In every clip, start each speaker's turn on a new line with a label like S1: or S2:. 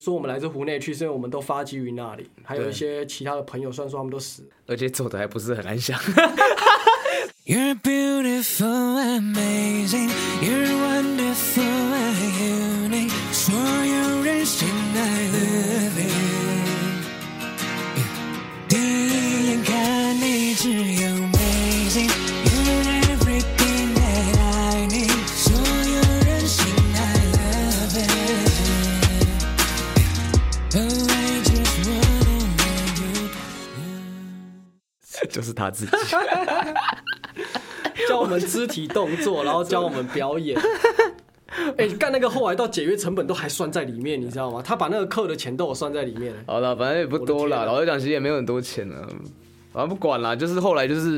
S1: 说我们来自湖内区，是因为我们都发基于那里，还有一些其他的朋友，虽然说他们都死了，
S2: 而且走的还不是很安详。
S3: You're beautiful, amazing. You're wonderful and unique. So you're rich and I love it. you're amazing. You're everything that I need. So you're rich and I love it. Oh, I just wanna know you.
S2: 就是他自己。
S1: 教我们肢体动 作，然后教我们表演。哎、干那个后来到解约成本都还算在里面，你知道吗？他把那个课的钱都有算在里面。
S2: 好了，反正也不多
S1: 我的天
S2: 了。
S1: 啊
S2: 老实讲，其实也没有很多钱了，反正不管啦。就是后来就是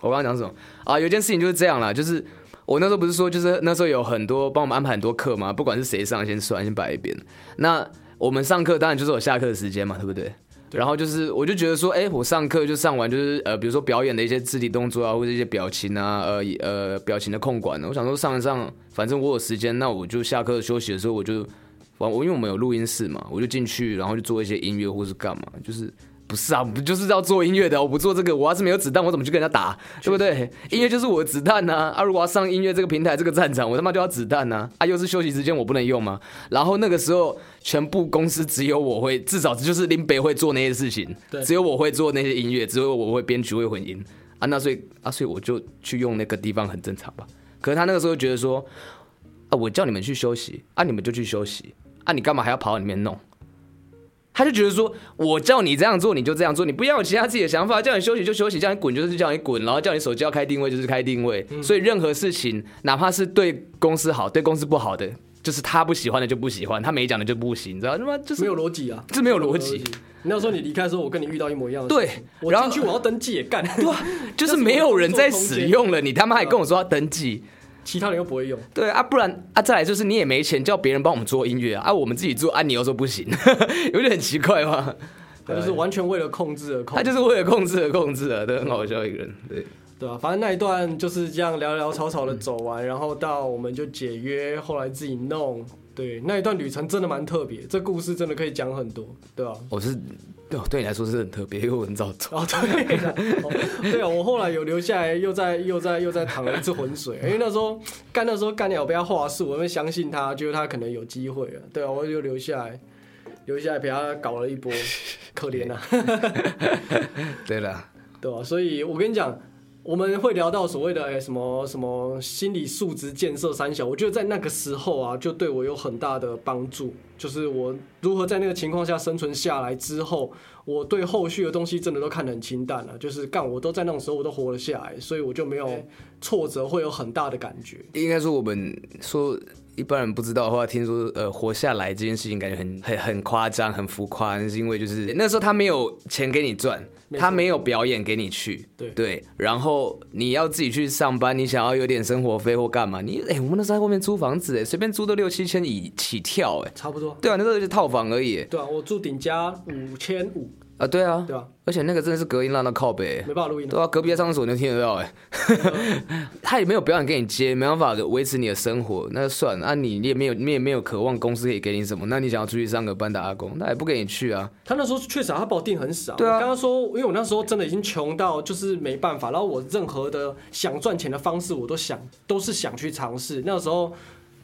S2: 我刚刚讲什么啊？有一件事情就是这样啦，就是我那时候不是说，就是那时候有很多帮我们安排很多课嘛，不管是谁上，先算先摆一边。那我们上课当然就是有下课的时间嘛，对不对？然后就是，我就觉得说，哎、我上课就上完，就是呃，比如说表演的一些肢体动作啊，或者一些表情啊，呃呃，表情的控管呢，我想说上一上，反正我有时间，那我就下课休息的时候，我就完，我因为我们有录音室嘛，我就进去，然后就做一些音乐或是干嘛，就是不是啊，不就是要做音乐的啊，我不做这个，我要是没有子弹，我怎么去跟人家打，对不对？音乐就是我的子弹呐、啊，如果要上音乐这个平台这个战场，我他妈就要子弹呐、啊，啊，又是休息时间，我不能用吗？然后那个时候，全部公司只有我会，至少就是林北会做那些事情，
S1: 对
S2: 只有我会做那些音乐，只有我会编曲会混音啊，那所以啊，所以我就去用那个地方很正常吧。可是他那个时候觉得说，啊，我叫你们去休息，啊，你们就去休息，啊，你干嘛还要跑到里面弄？他就觉得说，我叫你这样做，你就这样做，你不要有其他自己的想法，叫你休息就休息，叫你滚就是叫你滚，然后叫你手机要开定位就是开定位。
S1: 嗯
S2: 所以任何事情，哪怕是对公司好，对公司不好的，就是他不喜欢的就不喜欢，他没讲的就不行，你知道他妈就是
S1: 没有逻辑啊，
S2: 这没有逻辑。
S1: 你那时候你离开的时候，我跟你遇到一模一样的
S2: 对
S1: 事情。我
S2: 然后啊
S1: 进去我要登记也干，对、
S2: 就是没有人 在使用了，你他妈还跟我说要登记。
S1: 其他人又不会用。
S2: 对啊，不然啊，再来就是你也没钱叫别人帮我们做音乐啊，啊我们自己做啊，你又说不行， 有点很奇怪嘛。
S1: 他就是完全为了控制而控
S2: 他
S1: 制，
S2: 就是为了控制而控制啊，对，很好笑一个人。对，
S1: 对吧、反正那一段就是这样潦潦草草的走完，然后到我们就解约，后来自己弄。对，那一段旅程真的蛮特别，这故事真的可以讲很多，对吧、
S2: 我是对对你来说是很特别，因为我很早走。
S1: 哦，对啦哦，对啊， 我后来有留下来，又在又在又在淌了一次浑水，因哎为那时候干那时候干鸟被他话术，我们相信他，觉得他可能有机会了，对啊，我就留下来，留下来陪他搞了一波，可怜啊，
S2: 对了，
S1: 对吧、所以我跟你讲，我们会聊到所谓的哎、什么什么心理素质建设三小，我觉得在那个时候啊，就对我有很大的帮助，就是我如何在那个情况下生存下来之后，我对后续的东西真的都看得很清淡了、就是干我都在那种时候我都活了下来，所以我就没有挫折会有很大的感觉。
S2: 应该说我们说一般人不知道的话，听说呃活下来这件事情感觉很很很夸张，很浮夸，是因为就是那时候他没有钱给你赚。他没有表演给你去，
S1: 对
S2: 然后你要自己去上班，你想要有点生活费或干嘛？你哎、我们那时候在外面租房子，哎，随便租都六七千以起跳，哎，
S1: 差不多，
S2: 对啊，那时候就是套房而已，哎
S1: 对啊，我住顶家五千五，
S2: 啊，对啊，
S1: 对吧、
S2: 而且那个真的是隔音烂到靠北，哎
S1: 没办法录音了。
S2: 对啊，隔壁在上厕所你都听得到哎、 他也没有表演给你接，没办法维持你的生活，那就算了。啊你，你也没有，你也没有渴望公司可以给你什么，那你想要出去上个班打打工，那也不给你去啊。
S1: 他那时候确实啊、他把我定很少。
S2: 对啊
S1: 我刚刚说，因为我那时候真的已经穷到就是没办法，然后我任何的想赚钱的方式我都想都是想去尝试。那时候。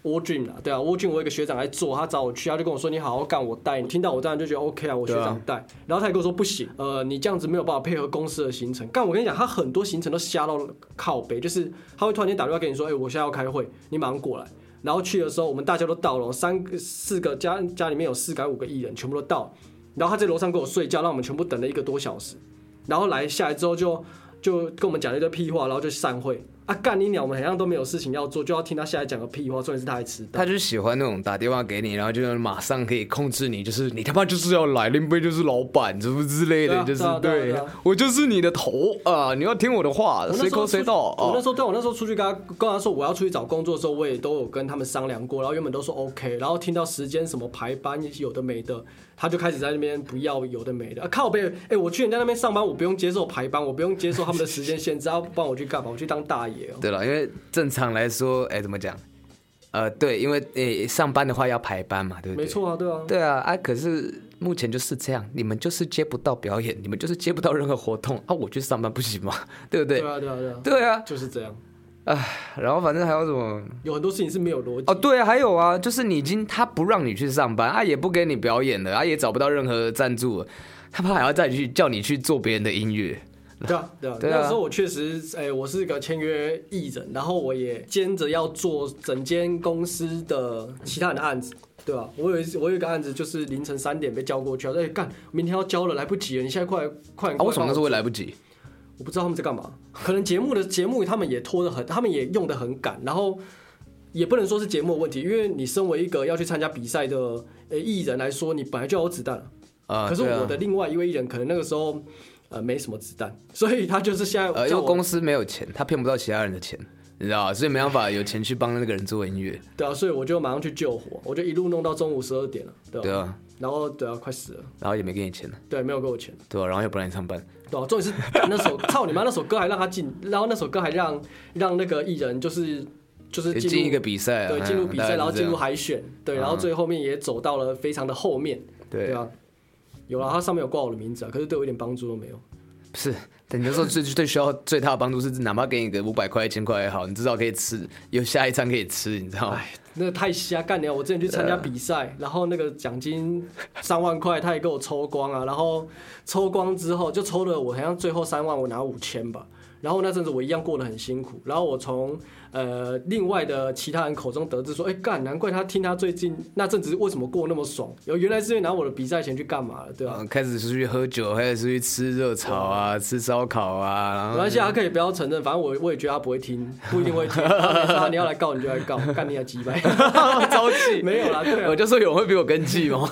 S1: 沃俊啊，对啊，沃俊，我有一个学长来做，他找我去，他就跟我说：“你好好干，我带你。”听到我当然就觉得 OK 啊，我学长带。然后他也跟我说：“不行，呃，你这样子没有办法配合公司的行程。”干，我跟你讲，他很多行程都瞎到靠北，就是他会突然间打电话给你说：“哎、我现在要开会，你马上过来。”然后去的时候，我们大家都到了，三个四个家家里面有四个还是五个艺人，全部都到。然后他在楼上跟我睡觉，让我们全部等了一个多小时。然后来下来之后就就跟我们讲了一堆屁话，然后就散会。啊，干你鸟！我们好像都没有事情要做，就要听他下来讲个屁话，重点是他还迟到。
S2: 他就是喜欢那种打电话给你，然后就能马上可以控制你，就是你他妈就是要来，林杯就是老板，什么之类的，
S1: 对啊
S2: 就是
S1: 对啊对啊对啊
S2: 我就是你的头啊，你要听我的话，
S1: 我那
S2: 随
S1: 时候
S2: 口
S1: 出
S2: 随
S1: 去
S2: 到
S1: 我那
S2: 啊。
S1: 时候对我那时候出去跟他跟他说我要出去找工作的时候，我也都有跟他们商量过，然后原本都说 OK，然后听到时间什么排班有的没的，他就开始在那边不要有的没的。啊、靠背，哎、我去人家那边上班，我不用接受排班，我不用接受他们的时间限制，他帮我去干嘛？我去当大爷哦、
S2: 对了，因为正常来说，哎，怎么讲？呃，对，因为诶、上班的话要排班嘛，对不对？
S1: 没。错啊，对啊，
S2: 对啊，啊，可是目前就是这样，你们就是接不到表演，你们就是接不到任何活动啊，我去上班不行吗？ 对不对？
S1: 对啊，对啊，对啊，
S2: 对啊，
S1: 就是这样。
S2: 然后反正还有什么？
S1: 有很多事情是没有逻辑
S2: 哦，，对啊，还有啊，就是你已经他不让你去上班，啊也不给你表演了，啊也找不到任何赞助了，他怕还要再去叫你去做别人的音乐，
S1: 对啊，对啊。
S2: 对啊
S1: 那时候我确实，哎，我是个签约艺人，然后我也兼着要做整间公司的其他人的案子。对吧、我有一次我有一个案子，就是凌晨三点被交过去，啊，哎干，明天要交了，来不及了，你现在快快点！
S2: 啊为什么那时候会
S1: 来？
S2: 来不及？
S1: 我不知道他们在干嘛，可能节目的节目他们也拖得很，他们也用得很赶，然后也不能说是节目的问题，因为你身为一个要去参加比赛的呃艺人来说，你本来就有子弹了，
S2: 啊，
S1: 可是
S2: 对啊
S1: 我的另外一位艺人可能那个时候呃没什么子弹， 所以他就是现在
S2: 呃，因
S1: 叫
S2: 为
S1: 我
S2: 公司没有钱，他骗不到其他人的钱，你知道吧所以没办法有钱去帮那个人做音乐，
S1: 对啊，所以我就马上去救火，我就一路弄到中午十二点了，对吧、
S2: 对啊，
S1: 然后对啊，快死了，
S2: 然后也没给你钱，
S1: 对，没有给我钱，
S2: 对啊，然后也不让你上班，
S1: 对吧、啊重点是 那首操你妈那首歌还让他进，然后那首歌还让让那个艺人就是就是
S2: 也
S1: 进
S2: 进
S1: 入
S2: 一个比赛啊，
S1: 对，进入
S2: 嗯
S1: 比
S2: 大概
S1: 赛，
S2: 是
S1: 然后
S2: 这
S1: 进入
S2: 样
S1: 海选，对，然后
S2: 嗯
S1: 最后面也走到了非常的后面，
S2: 对
S1: 对啊，有了，它上面有挂我的名字啊，可是对我一点帮助都没有。
S2: 不是，但你就说最最需要最大的帮助是，哪怕给你个五百块、一千块也好，你至少可以吃，有下一餐可以吃，你知道吗？
S1: 哎，那太瞎干了！我之前去参加比赛，然后那个奖金三万块，他也给我抽光啊，然后抽光之后就抽了我好像最后三万，我拿五千吧。然后那阵子我一样过得很辛苦，然后我从呃另外的其他人口中得知说，哎干，难怪他听他最近那阵子为什么过那么爽，有原来是因为拿我的比赛钱去干嘛了，对吧、
S2: 嗯，开始出去喝酒，开始出去吃热炒啊，吃烧烤啊，然
S1: 没
S2: 后
S1: 关系，他可以不要承认，反正我我也觉得他不会听，不一定会听。他每次说你要来告你就来告，干你还啊鸡掰，
S2: 着急
S1: 没有啦，对啊
S2: 我，就说有人会比我更气吗？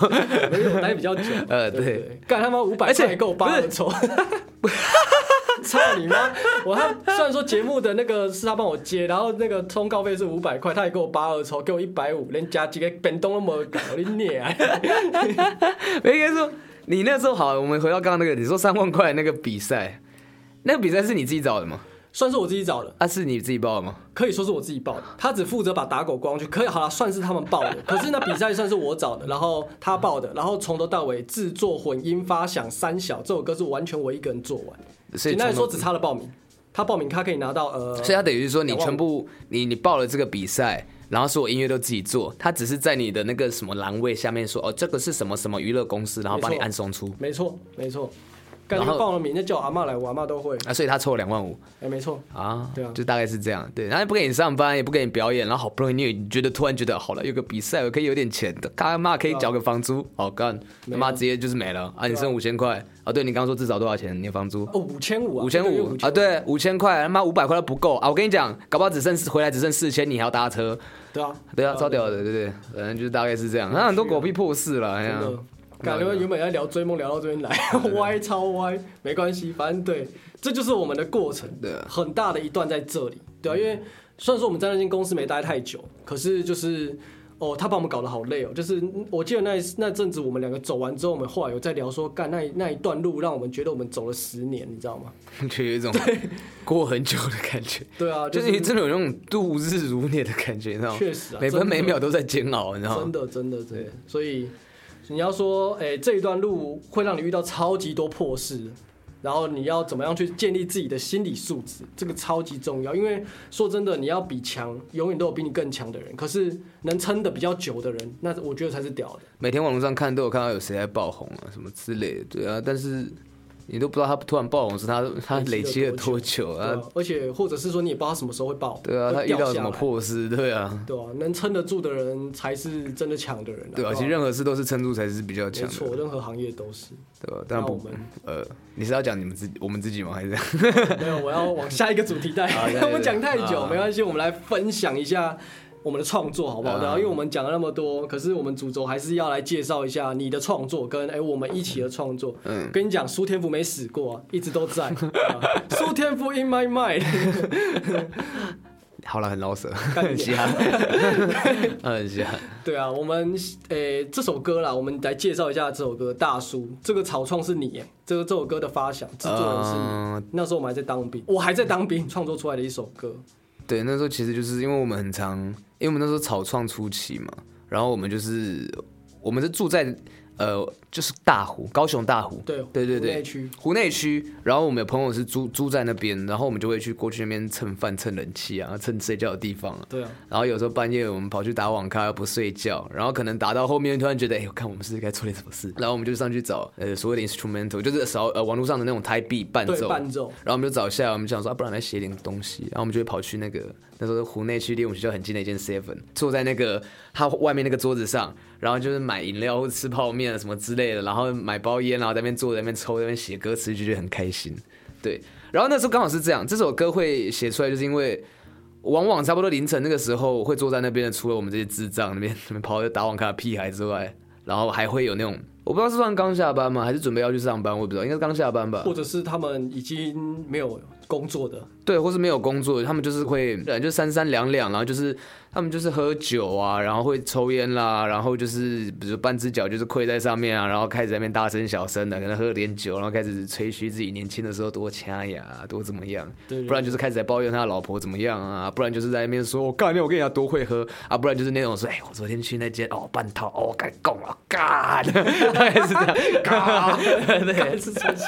S1: 没有我待比较久，
S2: 呃
S1: 对
S2: 对
S1: 不，干他妈五百
S2: 而且
S1: 块够八的抽。 操你妈！我他虽然说节目的那个是他帮我接，然后那个通告费是五百块，他也给我八二抽，给我一百五，连加几个本东都没有搞，你孽啊！
S2: 我应该说，你那时候好，我们回到刚刚那个，你说三万块那个比赛，那个比赛是你自己找的吗？
S1: 算是我自己找的，
S2: 啊，是你自己报的吗？
S1: 可以说是我自己报的，他只负责把打狗光去，可以好了，算是他们报的。可是那比赛算是我找的，然后他报的，然后从头到尾制作、混音、发想、三小，这首歌是完全我一个人做完。
S2: 所以
S1: 简单来
S2: 从
S1: 说，只差了报名。他报名，他可以拿到呃，
S2: 所以他等于是说，你
S1: 两万五
S2: 全部你你报了这个比赛，然后所有音乐都自己做，他只是在你的那个什么栏位下面说，哦，这个是什么什么娱乐公司，然后帮你
S1: 没错
S2: 按送出
S1: 没错没错，感
S2: 然
S1: 觉
S2: 后
S1: 报了名，那叫我阿妈来，我阿妈都会。
S2: 啊，所以他凑两万五
S1: 哎，没错，
S2: 啊，
S1: 对啊
S2: 就大概是这样，对，然后也不给你上班，也不给你表演，然后好不容易你也觉得突然觉得好了，有个比赛我可以有点钱的，他妈可以缴个房租，好干，他妈直接就是没了啊，你剩五千块啊，对你刚刚说至少多少钱？你的房租
S1: 哦，五千五啊，
S2: 五千
S1: 一个月
S2: 五啊，，对，五千块，他妈五百块都不够啊！我跟你讲，搞不好只剩回来只剩四千，你还要搭车，
S1: 对啊，
S2: 对啊，超屌的，对对，反正就是大概是这样。那很多狗屁破事了，哎
S1: 真
S2: 呀，
S1: 的。感觉嗯原本要聊追梦，聊到这边来，歪超歪，没关系，反正对，这就是我们的过程，
S2: 对嗯啊
S1: 很大的一段在这里，对啊，因为虽然说我们在那间公司没待太久，可是就是哦，他把我们搞得好累哦，就是我记得那一那阵子我们两个走完之后，我们后来有在聊说，干那一那一段路让我们觉得我们走了十年，你知道吗？
S2: 就有一种 过很久的感觉，
S1: 对啊，
S2: 就是是你真的有那种度日如年的感觉，你知道吗？
S1: 确实啊
S2: 每分
S1: 真的
S2: 每秒都在煎熬，你知道
S1: 真
S2: 吗？
S1: 的，真的，真的。所以你要说，哎、这一段路会让你遇到超级多破事，然后你要怎么样去建立自己的心理素质，这个超级重要。因为说真的，你要比强，永远都有比你更强的人，可是能撑的比较久的人，那我
S2: 啊
S1: 觉得才是屌的。
S2: 每天网络上看都有看到有谁在爆红啊，什么之类的，对啊，但是你都不知道他突然爆红是他他累积了多久
S1: 对啊
S2: 啊，
S1: 而且或者是说，你也不知道他什么时候会爆，
S2: 对啊，
S1: 会
S2: 他遇
S1: 掉
S2: 到
S1: 下
S2: 什么
S1: 来。
S2: 破事，对啊，
S1: 对啊，能撑得住的人才是真的强的人、啊。
S2: 对啊，其实任何事都是撑住才是比较强
S1: 没错，
S2: 的，
S1: 任何行业都是。
S2: 对吧？但
S1: 那我
S2: 不
S1: 们，
S2: 呃，你是要讲你们自己我们自己吗？还是？
S1: 没有，我要往下一个主题带
S2: 好对。对
S1: 我们讲太久，
S2: 啊
S1: 没关系，我们来分享一下我们的创作，好不好？对啊，因为我们讲了那么多，可是我们主轴还是要来介绍一下你的创作跟哎我们一起的创作。嗯，跟你讲，苏天福没死过啊，一直都 在。啊苏天福 in my mind。
S2: 好了，很老舍，
S1: 干你啊
S2: 很稀罕， 很 稀罕。
S1: 对啊，我们诶、这首歌啦，我们来介绍一下这首歌《大叔》。这个草创是你耶，这个这首歌的发想制作人是你。
S2: 嗯
S1: 那时候我们还在当兵，我还在当兵，创作出来的一首歌。
S2: 对，那时候其实就是因为我们很常，因为我们那时候草创初期嘛，然后我们就是我们是住在呃就是大湖，高雄大湖，
S1: 对
S2: 对对
S1: 湖
S2: 对
S1: 内，区
S2: 湖内区，然后我们有朋友是租租在那边，然后我们就会去过去那边蹭饭、蹭人气啊，蹭睡觉的地方啊。
S1: 对啊，
S2: 然后有时候半夜我们跑去打网咖又不睡觉，然后可能打到后面突然觉得，哎、我看我们是不是该做点什么事，然后我们就上去找呃所谓的 instrumental，就是少呃网络上的那种台币伴
S1: 对
S2: 奏，
S1: 伴奏
S2: 然后我们就找下来，我们想说，啊、不然来写点东西。然后我们就会跑去那个那时候湖内区离我们学校很近的一间 Seven，坐在那个它外面那个桌子上，然后就是买饮料或者吃泡面啊什么之类的，然后买包烟，啊然后在那边坐在那边抽，在那边写歌词，就觉得很开心。对，然后那时候刚好是这样，这首歌会写出来，就是因为。往往差不多凌晨那个时候会坐在那边的，除了我们这些智障那边那边跑去打网咖的屁孩之外，然后还会有那种我不知道是算刚下班吗，还是准备要去上班，我也不知道，应该是刚下班吧。
S1: 或者是他们已经没有工作 的，
S2: 对，或是没有工作，他们就是会，对就三三两两，然后就是他们就是喝酒啊，然后会抽烟啦，然后就是比如半只脚就是跪在上面啊，然后开始在那边大声小声的，可能喝了点酒，然后开始吹嘘自己年轻的时候多掐牙、啊多怎么样，
S1: 对对
S2: 不然就是开始在抱怨他的老婆怎么样啊，不然就是在那边说我干你，我跟你讲多会喝啊，不然就是那种说，哎、我昨天去那间哦半套哦，该供了，干， 大概是这样， 干，对
S1: 是真心。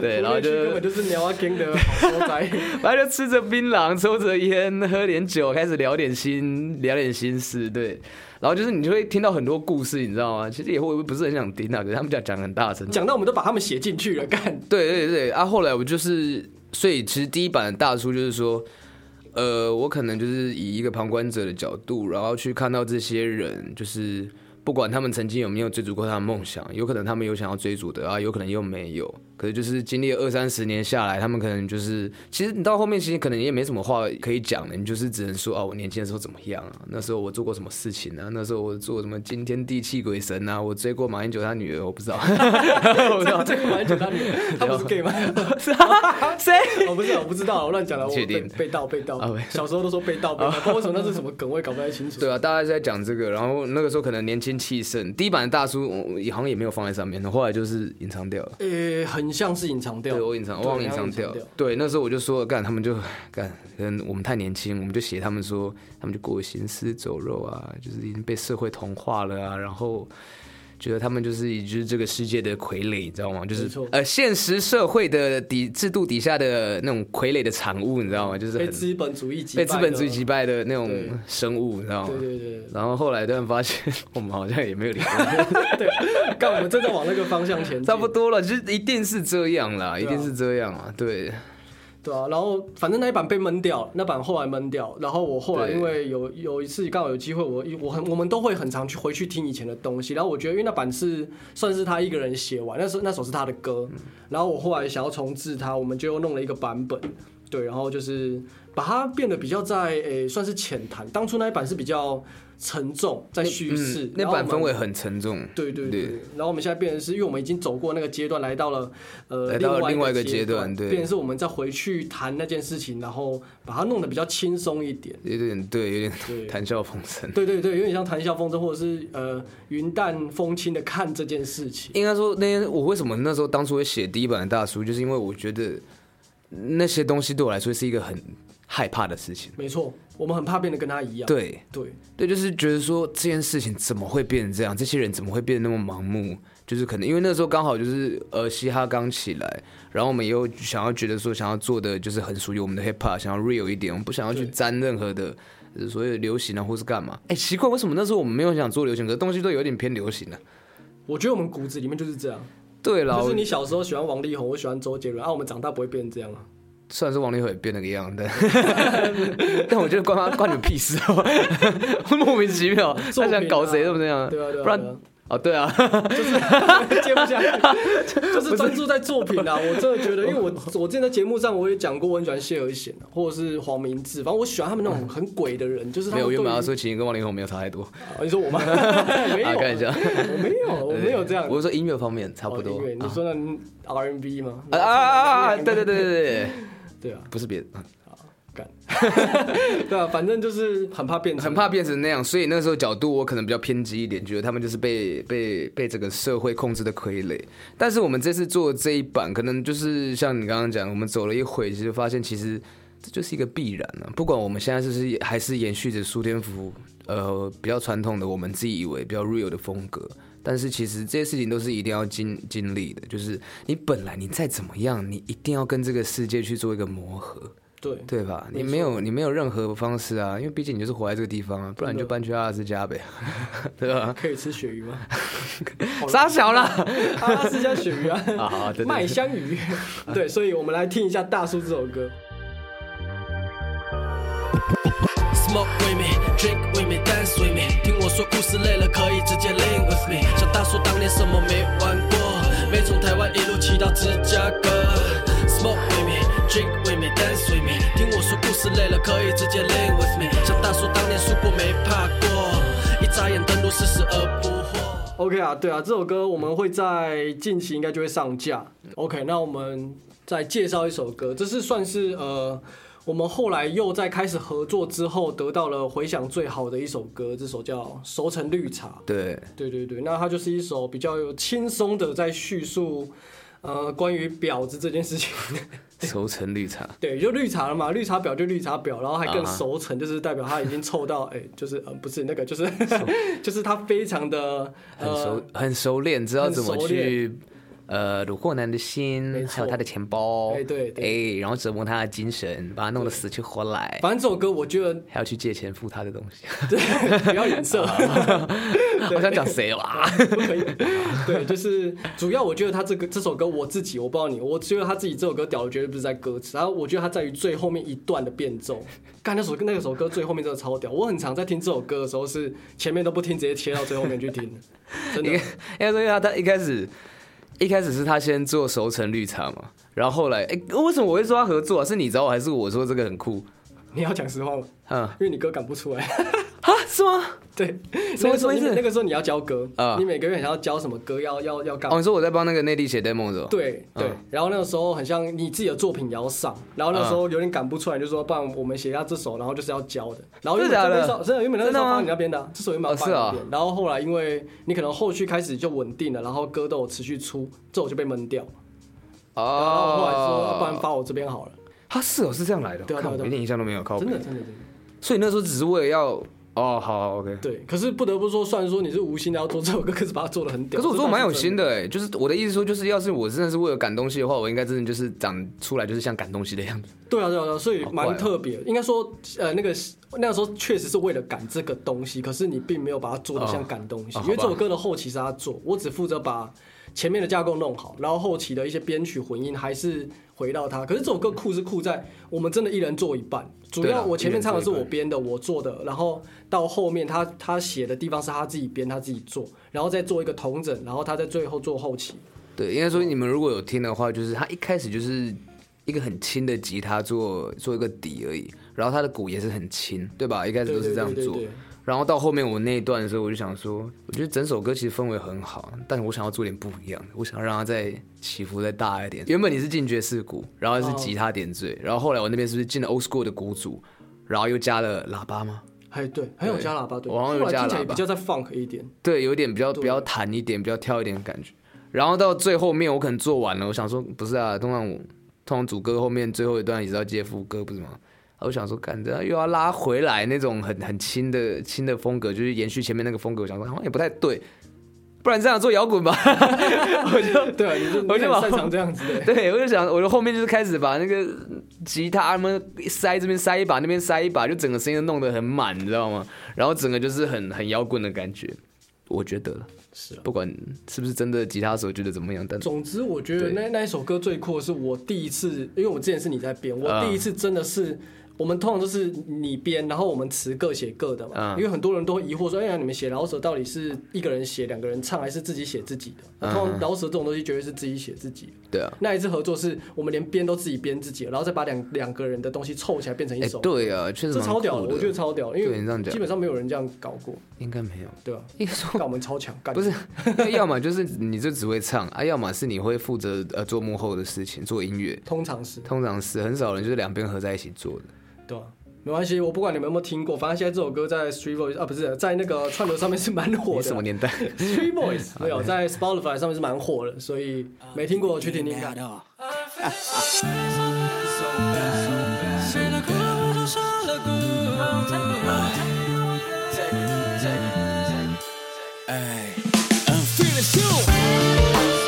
S2: 对，然后就
S1: 湖内区根本就是鸟阿 g 的好所在。
S2: 反正就吃着槟榔，抽着烟，喝点酒，开始聊点心，聊点心事，对。然后就是你就会听到很多故事，你知道吗？其实也会不是很想听啊，可是他们讲讲很大声。
S1: 讲到我们都把他们写进去了，干
S2: 对对对啊！后来我就是，所以其实第一版的大叔就是说，呃，我可能就是以一个旁观者的角度，然后去看到这些人，就是不管他们曾经有没有追逐过他的梦想，有可能他们有想要追逐的啊，有可能又没有。可是就是经历了二三十年下来，他们可能就是，其实你到后面其实可能也没什么话可以讲了，你就是只能说啊，我年轻的时候怎么样啊，那时候我做过什么事情啊，那时候我做什么惊天地泣鬼神啊，我追过马英九他女儿，我不知道， 我不知道
S1: 这个蛮简单的，他不是 gay 吗？
S2: 谁。
S1: 我不是，啊我不知道，我乱讲了，我
S2: 确
S1: 被
S2: 定
S1: 被盗被盗
S2: 啊喂，
S1: 小时候都说被盗被盗，不知道为什么那是什么梗，我也搞不太清楚。
S2: 哦对啊，大家是在讲这个，然后那个时候可能年轻气盛，第一版的大叔我好像也没有放在上面，后来就是隐藏掉了。
S1: 呃，很像是隐藏掉，
S2: 对我隐藏，我
S1: 对
S2: 忘了隐
S1: 他
S2: 藏
S1: 隐
S2: 掉
S1: 掉。。
S2: 对，那时候我就说干，他们就干，可能我们太年轻，我们就写他们说，他们就过行尸走肉啊，就是已经被社会同化了啊，然后觉得他们就是已就是这个世界的傀儡，你知道吗？就
S1: 没
S2: 是
S1: 错
S2: 呃，现实社会的底制度底下的那种傀儡的产物，你知道吗？就是
S1: 被
S2: 很
S1: 资本主义击败
S2: 被
S1: 的，
S2: 资本主义击败的那种
S1: 对
S2: 生物，你知道吗？
S1: 对对对
S2: 然后后来突然发现，我们好像也没有 离婚，
S1: 对对，干我们正在往那个方向前进，
S2: 差不多了，就是一定是这样啦，一
S1: 对啊
S2: 定是这样啊，对，
S1: 对啊，然后反正那一版被闷掉，那版后来闷掉，然后我后来
S2: 对
S1: 因为有有一次刚好有机会，我我很我们都会很常去回去听以前的东西，然后我觉得因为那版是算是他一个人写完，那时候那首是他的歌，
S2: 嗯
S1: 然后我后来想要重置它，我们就又弄了一个版本，对，然后就是把它变得比较在诶、算是浅谈，当初那一版是比较沉重在叙事，
S2: 嗯那
S1: 然后我
S2: 版
S1: 们
S2: 氛围很沉重，
S1: 对对对
S2: 对，
S1: 然后我们现在变成是，因为我们已经走过那个阶段，来到了呃
S2: 来到了另
S1: 另
S2: 外
S1: 外
S2: 一个阶
S1: 阶
S2: 段对
S1: 变成是我们再回去谈那件事情，然后把它弄得比较轻松一点。
S2: 有点对，有点
S1: 对
S2: 谈笑风生。
S1: 对对对，有点像谈笑风生，或者是呃云淡风轻的看这件事情。
S2: 应该说，那天我为什么那时候当初会写第一版的大叔，就是因为我觉得那些东西对我来说是一个很害怕的事情，
S1: 没错，我们很怕变得跟他一样。
S2: 对，
S1: 对
S2: 对，就是觉得说这件事情怎么会变成这样？这些人怎么会变得那么盲目？就是可能因为那时候刚好就是呃嘻哈刚起来，然后我们也有想要觉得说想要做的就是很属于我们的 hip hop，想要 real 一点，我们不想要去
S1: 对
S2: 沾任何的呃所谓的流行啊或是干嘛。哎，奇怪，为什么那时候我们没有想做流行，可是东西都有点偏流行呢、
S1: 我觉得我们骨子里面就是这样。
S2: 对啦，
S1: 就是
S2: 我
S1: 你小时候喜欢王力宏，我喜欢周杰伦，啊，我们长大不会变成这样啊。
S2: 虽然说王力宏也变了个样， 但 但我觉得关他关你们屁事哦， 莫名其妙，
S1: 作品
S2: 他
S1: 啊
S2: 想搞谁都不这样，
S1: 对啊对啊，
S2: 不然
S1: 对啊
S2: 哦对啊，
S1: 接不下去， 就是专注在作品啊。我真的觉得，因为我我之前在节目上我也讲过，我很喜欢谢和弦啊，或者是黄明志，反正我喜欢他们那种很鬼的人，就是他
S2: 没
S1: 们
S2: 有，
S1: 对
S2: 我原本
S1: 于
S2: 要说秦跟王力宏没有差太多。
S1: 啊你说 我吗？没有
S2: 啊
S1: 啊，
S2: 开玩笑
S1: 我没有，我没有这样。
S2: 我说音乐方面差不多
S1: 呃
S2: 啊
S1: 哦。音乐你说那 R N B 吗？
S2: 啊啊啊啊！对对对对对，
S1: 对啊，
S2: 不是别的，
S1: 干， 对啊，反正就是很怕变成，
S2: 很怕变成那样，所以那时候角度我可能比较偏激一点，觉得他们就是被被被整个社会控制的傀儡。但是我们这次做这一版，可能就是像你刚刚讲，我们走了一回，其实发现其实。这就是一个必然啊。不管我们现在是不是还是延续着苏天福呃比较传统的我们自己以为比较 real 的风格，但是其实这些事情都是一定要经经历的。就是你本来你再怎么样，你一定要跟这个世界去做一个磨合，
S1: 对
S2: 对吧？
S1: 没
S2: 你
S1: 错
S2: 没有你没有任何方式啊，因为毕竟你就是活在这个地方啊，不然你就搬去阿拉斯加呗， 对吧？
S1: 可以吃鳕鱼吗？
S2: 傻小了。
S1: 阿拉斯加鳕鱼啊，
S2: 啊好对对对
S1: 麦香鱼，对，所以我们来听一下大叔这首歌。
S4: Smoke with me, drink with me, dance with me。听我说，故事累了可以直接 link with me。像大叔当年什么没玩过，没从台湾一路骑到芝加哥。Smoke with me, drink with me, dance with me。听我说，故事累了可以直接 link with me。像大叔当年输过没怕过，一眨眼登陆四十而不惑。
S1: OK 啊，对啊，这首歌我们会在近期应该就会上架。OK，那我们再介绍一首歌，这是算是呃，我们后来又在开始合作之后得到了回响最好的一首歌，这首叫《熟成绿茶》。
S2: 对，
S1: 对对对，那它就是一首比较有轻松的在叙述，呃，关于婊子这件事情。
S2: 熟成绿茶。
S1: 对，就绿茶了嘛，绿茶婊就绿茶婊，然后还更
S2: 啊哈
S1: 熟成就是代表他已经臭到，哎、就是呃，不是那个，就是 就是他非常的
S2: 很熟
S1: 呃，、
S2: 很熟练，知道
S1: 很
S2: 怎么
S1: 熟
S2: 去呃虏获男的心，还
S1: 错
S2: 有他的钱包，
S1: 哎对对
S2: 哎然后折磨他的精神，把他弄得死去活来，
S1: 反正这首歌我觉 得
S2: 还要去借钱付他的东西。
S1: 不要脸色，
S2: 啊我想讲谁啊哇？
S1: 不可以。对，就是主要我觉得他这个这首歌我自己我不知道你，我觉得他自己这首歌屌的绝对不是在歌词，然后我觉得他在于最后面一段的变 奏。干那首那个首歌最后面真的超屌，我很常在听这首歌的时候是前面都不听，直接切到最后面去听的， 真
S2: 应
S1: 的
S2: 该。应该说，因为他他一开始一开始是他先做熟成绿茶嘛，然后后来哎、为什么我会说他合作啊？是你找我，还是我说这个很酷？
S1: 你要讲实话吗？
S2: 嗯，
S1: 因为你歌赶不出来。
S2: 啊，是吗？
S1: 对，
S2: 什
S1: 那
S2: 么
S1: 个时候
S2: 什么意
S1: 你
S2: 思
S1: 那个时候你要教歌
S2: 啊
S1: 你每个月你要教什么歌，要要要干
S2: 哦，
S1: 嘛
S2: 你？说我在帮那个内地写 demo 的时候，
S1: 对对，
S2: 嗯
S1: 然后那个时候很像你自己的作品也要上，然后那时
S2: 嗯
S1: 候有点赶不出来，就说不然我们写一下这首，然后就是要教的。然后
S2: 真的假的
S1: 原本那首真的原本那
S2: 真的
S1: 首
S2: 吗
S1: 放你那边的啊，这首原本要
S2: 哦
S1: 放
S2: 是
S1: 你
S2: 哦
S1: 那边。然后后来因为你可能后续开始就稳定了，然后歌都有持续出，这我就被闷掉。然后我后来说，啊
S2: 哦，
S1: 不然发我这边好了。
S2: 他哦是哦，是这样来的哦，
S1: 对啊对啊
S2: 看我
S1: 对啊
S2: 一点印象都没有，靠
S1: 真的
S2: 北
S1: 真的真的。
S2: 所以那时候只是为了要哦，好好，OK。
S1: 对，啊可是不得不说，虽然说你是无心的要做这首歌，可是把它做的很屌。
S2: 可是我做
S1: 这
S2: 得
S1: 倒
S2: 蛮有
S1: 真
S2: 心的哎、就是我的意思说，就是要是我真的是为了赶东西的话，我应该真的就是长出来就是像赶东西的样子。
S1: 对啊，对啊，对啊，所以
S2: 好怪哦
S1: 蛮特别的。应该说，呃，那个那个时候确实是为了赶这个东西，可是你并没有把它做的像赶东西，
S2: 哦哦
S1: 因为这
S2: 好
S1: 首
S2: 吧
S1: 歌的后期是他做，我只负责把前面的架构弄好，然后后期的一些编曲混音还是回到他。可是这首歌酷是酷在我们真的一人做一半，主
S2: 对啦
S1: 要我前面唱的是
S2: 一
S1: 我
S2: 人做一半
S1: 编的，我做的，然后到后面他他写的地方是他自己编，他自己做，然后再做一个同整，然后他在最后做后期。
S2: 对，应该
S1: 哦
S2: 说你们如果有听的话，就是他一开始就是一个很轻的吉他做做一个底而已，然后他的鼓也是很轻，对吧？一开始都是这样
S1: 对对对
S2: 做
S1: 对对。
S2: 然后到后面我那一段的时候，我就想说，我觉得整首歌其实氛围很好，但我想要做点不一样的，我想要让它再起伏再大一点。原本你是进爵士鼓，然后是吉他点缀，然后后来我那边是不是进了 old school 的鼓组，然后又加了喇叭吗？
S1: 哎，对，还有加喇叭，对，
S2: 我好像有
S1: 后来
S2: 加
S1: 听起来
S2: 喇
S1: 也比
S2: 叭
S1: 较在 funk 一点。
S2: 对，有点比较比较弹一点，比较跳一点的感觉。然后到最后面，我可能做完了，我想说不是啊，通常我通常主歌后面最后一段也是要接副歌，不是吗？啊我想说，感觉又要拉回来那种很很轻的轻的风格，就是延续前面那个风格。我想说好像也不太对，不然这样做摇滚吧。我 就
S1: 对啊，你是
S2: 我
S1: 你很
S2: 就把
S1: 擅长这样子的。
S2: 对，我就想，我就后面就是开始把那个吉他他们塞这边塞一把，那边塞一把，就整个声音都弄得很满，你知道吗？然后整个就是很很摇滚的感觉，我觉得了。
S1: 是啊
S2: 不管是不是真的吉他手觉得怎么样，但
S1: 总之，我觉得
S2: 对
S1: 那那一首歌最酷的是我第一次，因为我之前是你在编，我
S2: 嗯
S1: 第一次真的是。我们通常都是你编，然后我们词各写各的嘛，
S2: 嗯
S1: 因为很多人都会疑惑说，哎呀，你们写饶舌到底是一个人写、两个人唱，还是自己写自己的？那通
S2: 嗯
S1: 常饶舌这种东西绝对是自己写自己的。
S2: 对啊，
S1: 那一次合作是我们连编都自己编自己的，然后再把两两个人的东西凑起来变成一
S2: 哎、
S1: 首，
S2: 对啊，确实
S1: 这
S2: 蛮
S1: 超屌
S2: 酷
S1: 的，
S2: 的，
S1: 我觉得超屌的，因
S2: 对你这样
S1: 为
S2: 讲
S1: 基本上没有人这样搞过，
S2: 应该没有，
S1: 对吧、
S2: 应该说
S1: 那我们超强，干
S2: 不是， 因为要么就是你就只会唱啊，要么是你会负责呃做幕后的事情，做音乐，
S1: 通常是
S2: 通常是很少人就是两边合在一起做的。
S1: 对啊，没关系，我不管你们有没有听过，反正现在这首歌在 Street Voice 啊，不是在那个串流上面是蛮火
S2: 你
S1: 的。
S2: 什么年代？
S1: Street Voice 没有在 Spotify 上面是蛮火的，所以
S2: 啊
S1: 没听过去听听看。
S4: 谁的
S3: Ay, I'm feeling so.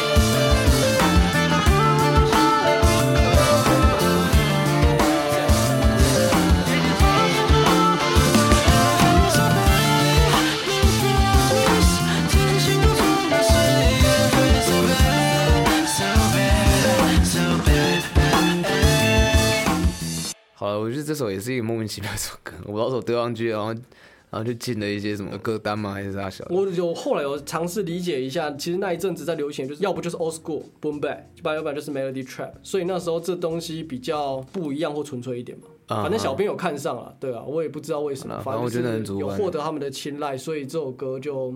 S3: So bad, so bad.
S2: 好了，我觉得这首也是一个莫名其妙的首歌，我老手丢上去，然后然后就进了一些什么歌单吗？还是啥小的？
S1: 我有后来有尝试理解一下，其实那一阵子在流行，就是要不就是 old school boom bap，不然要不然就是 melody trap，所以那时候这东西比较不一样或纯粹一点嘛。
S2: 啊
S1: 反正小编有看上了，对啊，我也不知道为什么
S2: 啊，
S1: 反正
S2: 反正我觉得很
S1: 就是
S2: 主
S1: 有
S2: 观
S1: 获得他们的青睐，所以这首歌就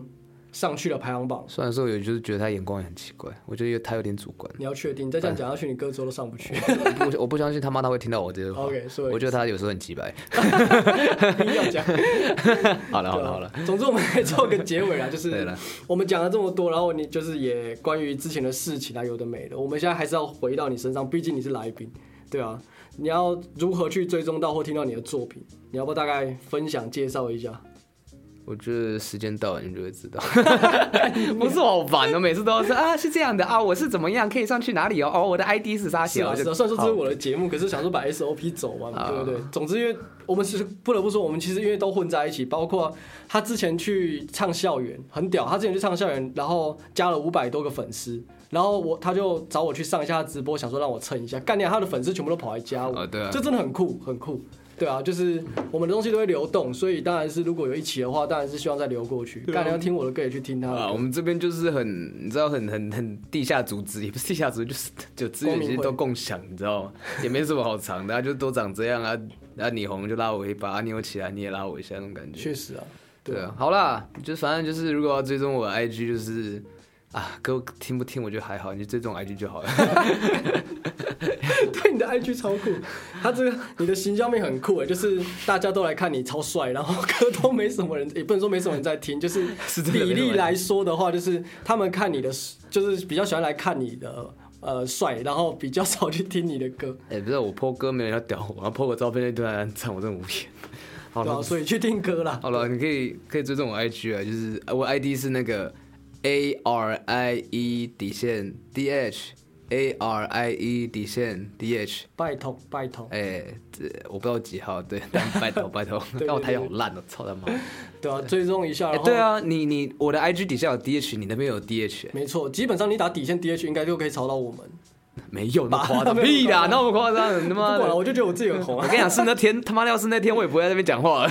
S1: 上去了排行榜。
S2: 虽然说有，就是觉得他眼光也很奇怪，我觉得他有点主观。
S1: 你要确定，你再这样讲下去，你歌周都上不去。
S2: 我不我不相信他妈他会听到我这些话。
S1: OK，所以
S2: 我觉得他有时候很奇白。
S1: 一定要讲。
S2: 好了好了好了，
S1: 对啊 总之我们来做个结 尾啦，啊就
S2: 对
S1: 是
S2: 了
S1: 我们讲了这么多，然后你就是也关于之前的事情啊，有的没的，我们现在还是要回到你身上，毕竟你是来宾，对啊，你要如何去追踪到或听到你的作品？你要不要大概分享介绍一下？
S2: 我觉得时间到了你们就 会知道。不是我好烦哦，每次都要说啊是这样的啊，我是怎么样可以上去哪里哦哦，我的 ID 是啥
S1: 是
S2: 小
S1: 啊，
S2: 就是
S1: 啊，虽然说这是我的节目，可是想说把 SOP 走完嘛，
S2: 啊
S1: 对不对？总之，因为我们其实不得不说，我们其实因为都混在一起，包括他之前去唱校园很屌，他之前去唱校园，然后加了五百多个粉丝，然后我他就找我去上一下直播，想说让我蹭一下，干掉他的粉丝全部都跑来加我，
S2: 啊对啊
S1: 这真的很酷，很酷。对啊，就是我们的东西都会流动，所以当然是如果有一起的话，当然是希望再流过去。干掉听我的歌也去听他的歌
S2: 啊，我们这边就是很，你知道很很很地下组织，也不是地下组织，就是就资源其实都共享，你知道吗？也没什么好藏的，啊就都长这样啊。啊，你红就拉我一把，啊，你有起来你也拉我一下那种感觉。
S1: 确实啊，
S2: 对啊，好啦，就反正就是如果要追踪我的 IG，就是啊，歌听不听我觉得还好，你就追踪我 IG 就好了。
S1: 对，你的 IG 超酷，他这个你的形象面很酷哎，就是大家都来看你超帅，然后歌都没什么人，也不能说没什么人在听，就是
S2: 是真的没什
S1: 比
S2: 么人
S1: 例来说的话，就是他们看你的，就是比较喜欢来看你的呃帅，然后比较少去听你的歌，
S2: 哎、不是我 po 歌没人要屌我，然后 po 个照片就突然赞我，真的无言。好
S1: 对啊吧、
S2: 了，
S1: 所以去听歌啦。
S2: 好了，你可以可以追踪我 IG 啊，就是呃我 ID 是那个 A R I E 底线 D H A R I E 底线 D H，
S1: 拜托拜托，
S2: 哎、这我不知道几号，对，但拜 托拜托，
S1: 对
S2: 但我台语好烂哦，操他妈！
S1: 对啊，追踪一下，
S2: 哎、
S1: 然后、
S2: 对，啊，你你我的 IG 底下有 D H，你那边有 D H，、
S1: 没错，基本上你打底线 DH 应该就可以找到我们。
S2: 没有那么夸张，
S1: 没有
S2: 屁啦，
S1: 那
S2: 那么夸张，他
S1: 不
S2: 妈
S1: 管了，
S2: 的！
S1: 我就觉得我自己很红
S2: 我
S1: 啊
S2: 跟。你讲，是那天 他妈的要是那天，我也不会在那边 讲话了。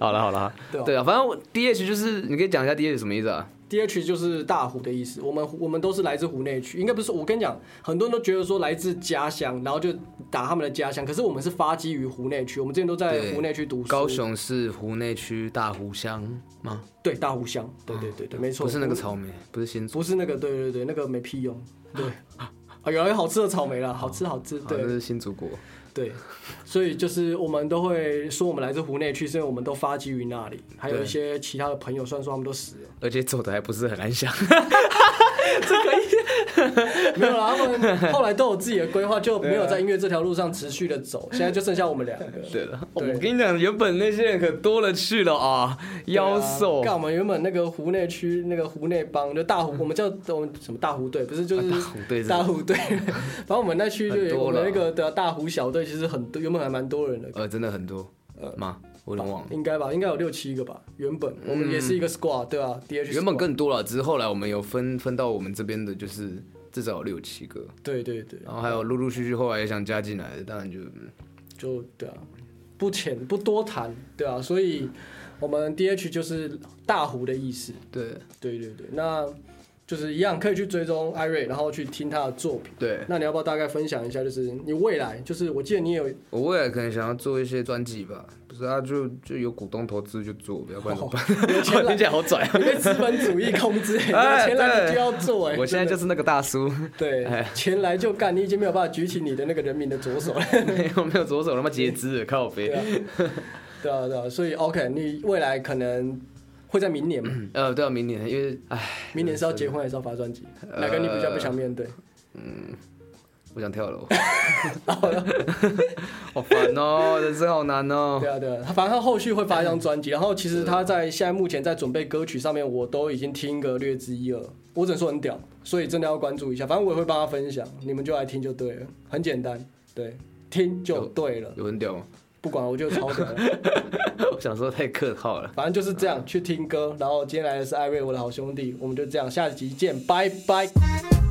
S2: 好了好了，
S1: 对啊
S2: 对啊，反正我 D H 就是你可以讲一下 D H 什么意思啊？
S1: DH 就是大湖的意思，我们我们都是来自湖内区，应该不是。我跟你讲，很多人都觉得说来自家乡，然后就打他们的家乡，可是我们是发基于湖内区，我们之前都在
S2: 对
S1: 湖内区读书。
S2: 高，雄市湖内区大湖乡吗？
S1: 对大湖乡，对对对对，没错，
S2: 啊不是那个，草莓，不是新竹，
S1: 不是那个，对对对，那个没屁用，对。 啊，有有好吃的草莓啦，好吃好吃，
S2: 好
S1: 对
S2: 哦那是新竹国。
S1: 对，所以就是我们都会说我们来自湖内区，是因为我们都发基于那里，还有
S2: 对
S1: 一些其他的朋友，虽然说他们都死了，
S2: 而且走的还不是很安详，
S1: 没有啦，他们后来都有自己的规划，就没有在音乐这条路上持续的 走，现在就剩下我们两个。
S2: 对了，哦我
S1: 对
S2: 跟你讲，原本那些人可多了去了啊，妖兽
S1: 对啊干、我们原本那个湖内区那个湖内帮就大湖，我们叫我们什么大湖队，不是就是
S2: 啊大湖队是吧
S1: 大湖 队。反正我们那区就
S2: 很
S1: 有
S2: 多
S1: 我们
S2: 了
S1: 那个的大湖小队，其实很多，原本还蛮多人的，
S2: 呃，真的很多
S1: 呃
S2: 吗？我有点忘了，
S1: 应该吧，应该有六七个吧。原本我们也是一个 squad，对啊，DH
S2: 嗯原本
S1: squad
S2: 更多了，只是后来我们有分分到我们这边的，就是至少有六七个，
S1: 对对对，
S2: 然后还有陆陆续续后来也想加进来的，当然就嗯
S1: 就对啊，不浅不多谈，对啊，所以我们 DH 就是大湖的意思。
S2: 对
S1: 对对对，那就是一样可以去追踪艾瑞，然后去听他的作品。
S2: 对，
S1: 那你要不要大概分享一下？就是你未来，就是我记得你也 有
S2: 我未来可能想要做一些专辑吧，不是啊，就就有股东投资就做， 要不然怎么办？
S1: 钱了
S2: 哦听起来好拽啊。
S1: 你被资本主义控 制、 欸，
S2: 哎
S1: 拿钱来你
S2: 对
S1: 就要做、欸，
S2: 我现在就是那个大 叔，
S1: 真的对
S2: 哎
S1: 钱来就干，你已经没有办法举起你的那个人民的左 手了，
S2: 我没有左手他妈截肢了，靠
S1: 对啊
S2: 背。，
S1: 对啊，对啊，所以 OK，你未来可能会在明年 嘛，
S2: 呃，对啊，明年因为唉，
S1: 明年是要结婚还是要发专辑？
S2: 呃
S1: 哪个你比较不想面对？
S2: 我想 跳楼。好烦哦，人生好难哦
S1: 对。啊，对啊，他反正他后续会发一张专辑，然后其实他在现在目前在准备歌曲上面，我都已经听个略知一二，我只能说很屌，所以真的要关注一下。反正我也会帮他分享，你们就来听就对了，很简单，对，听就对了，
S2: 有人屌吗？
S1: 不管我就超屌了，
S2: 我想说太客套了，
S1: 反正就是这样去听歌。然后今天来的是艾瑞，我的好兄弟，我们就这样，下集见，拜拜。
S3: Thank you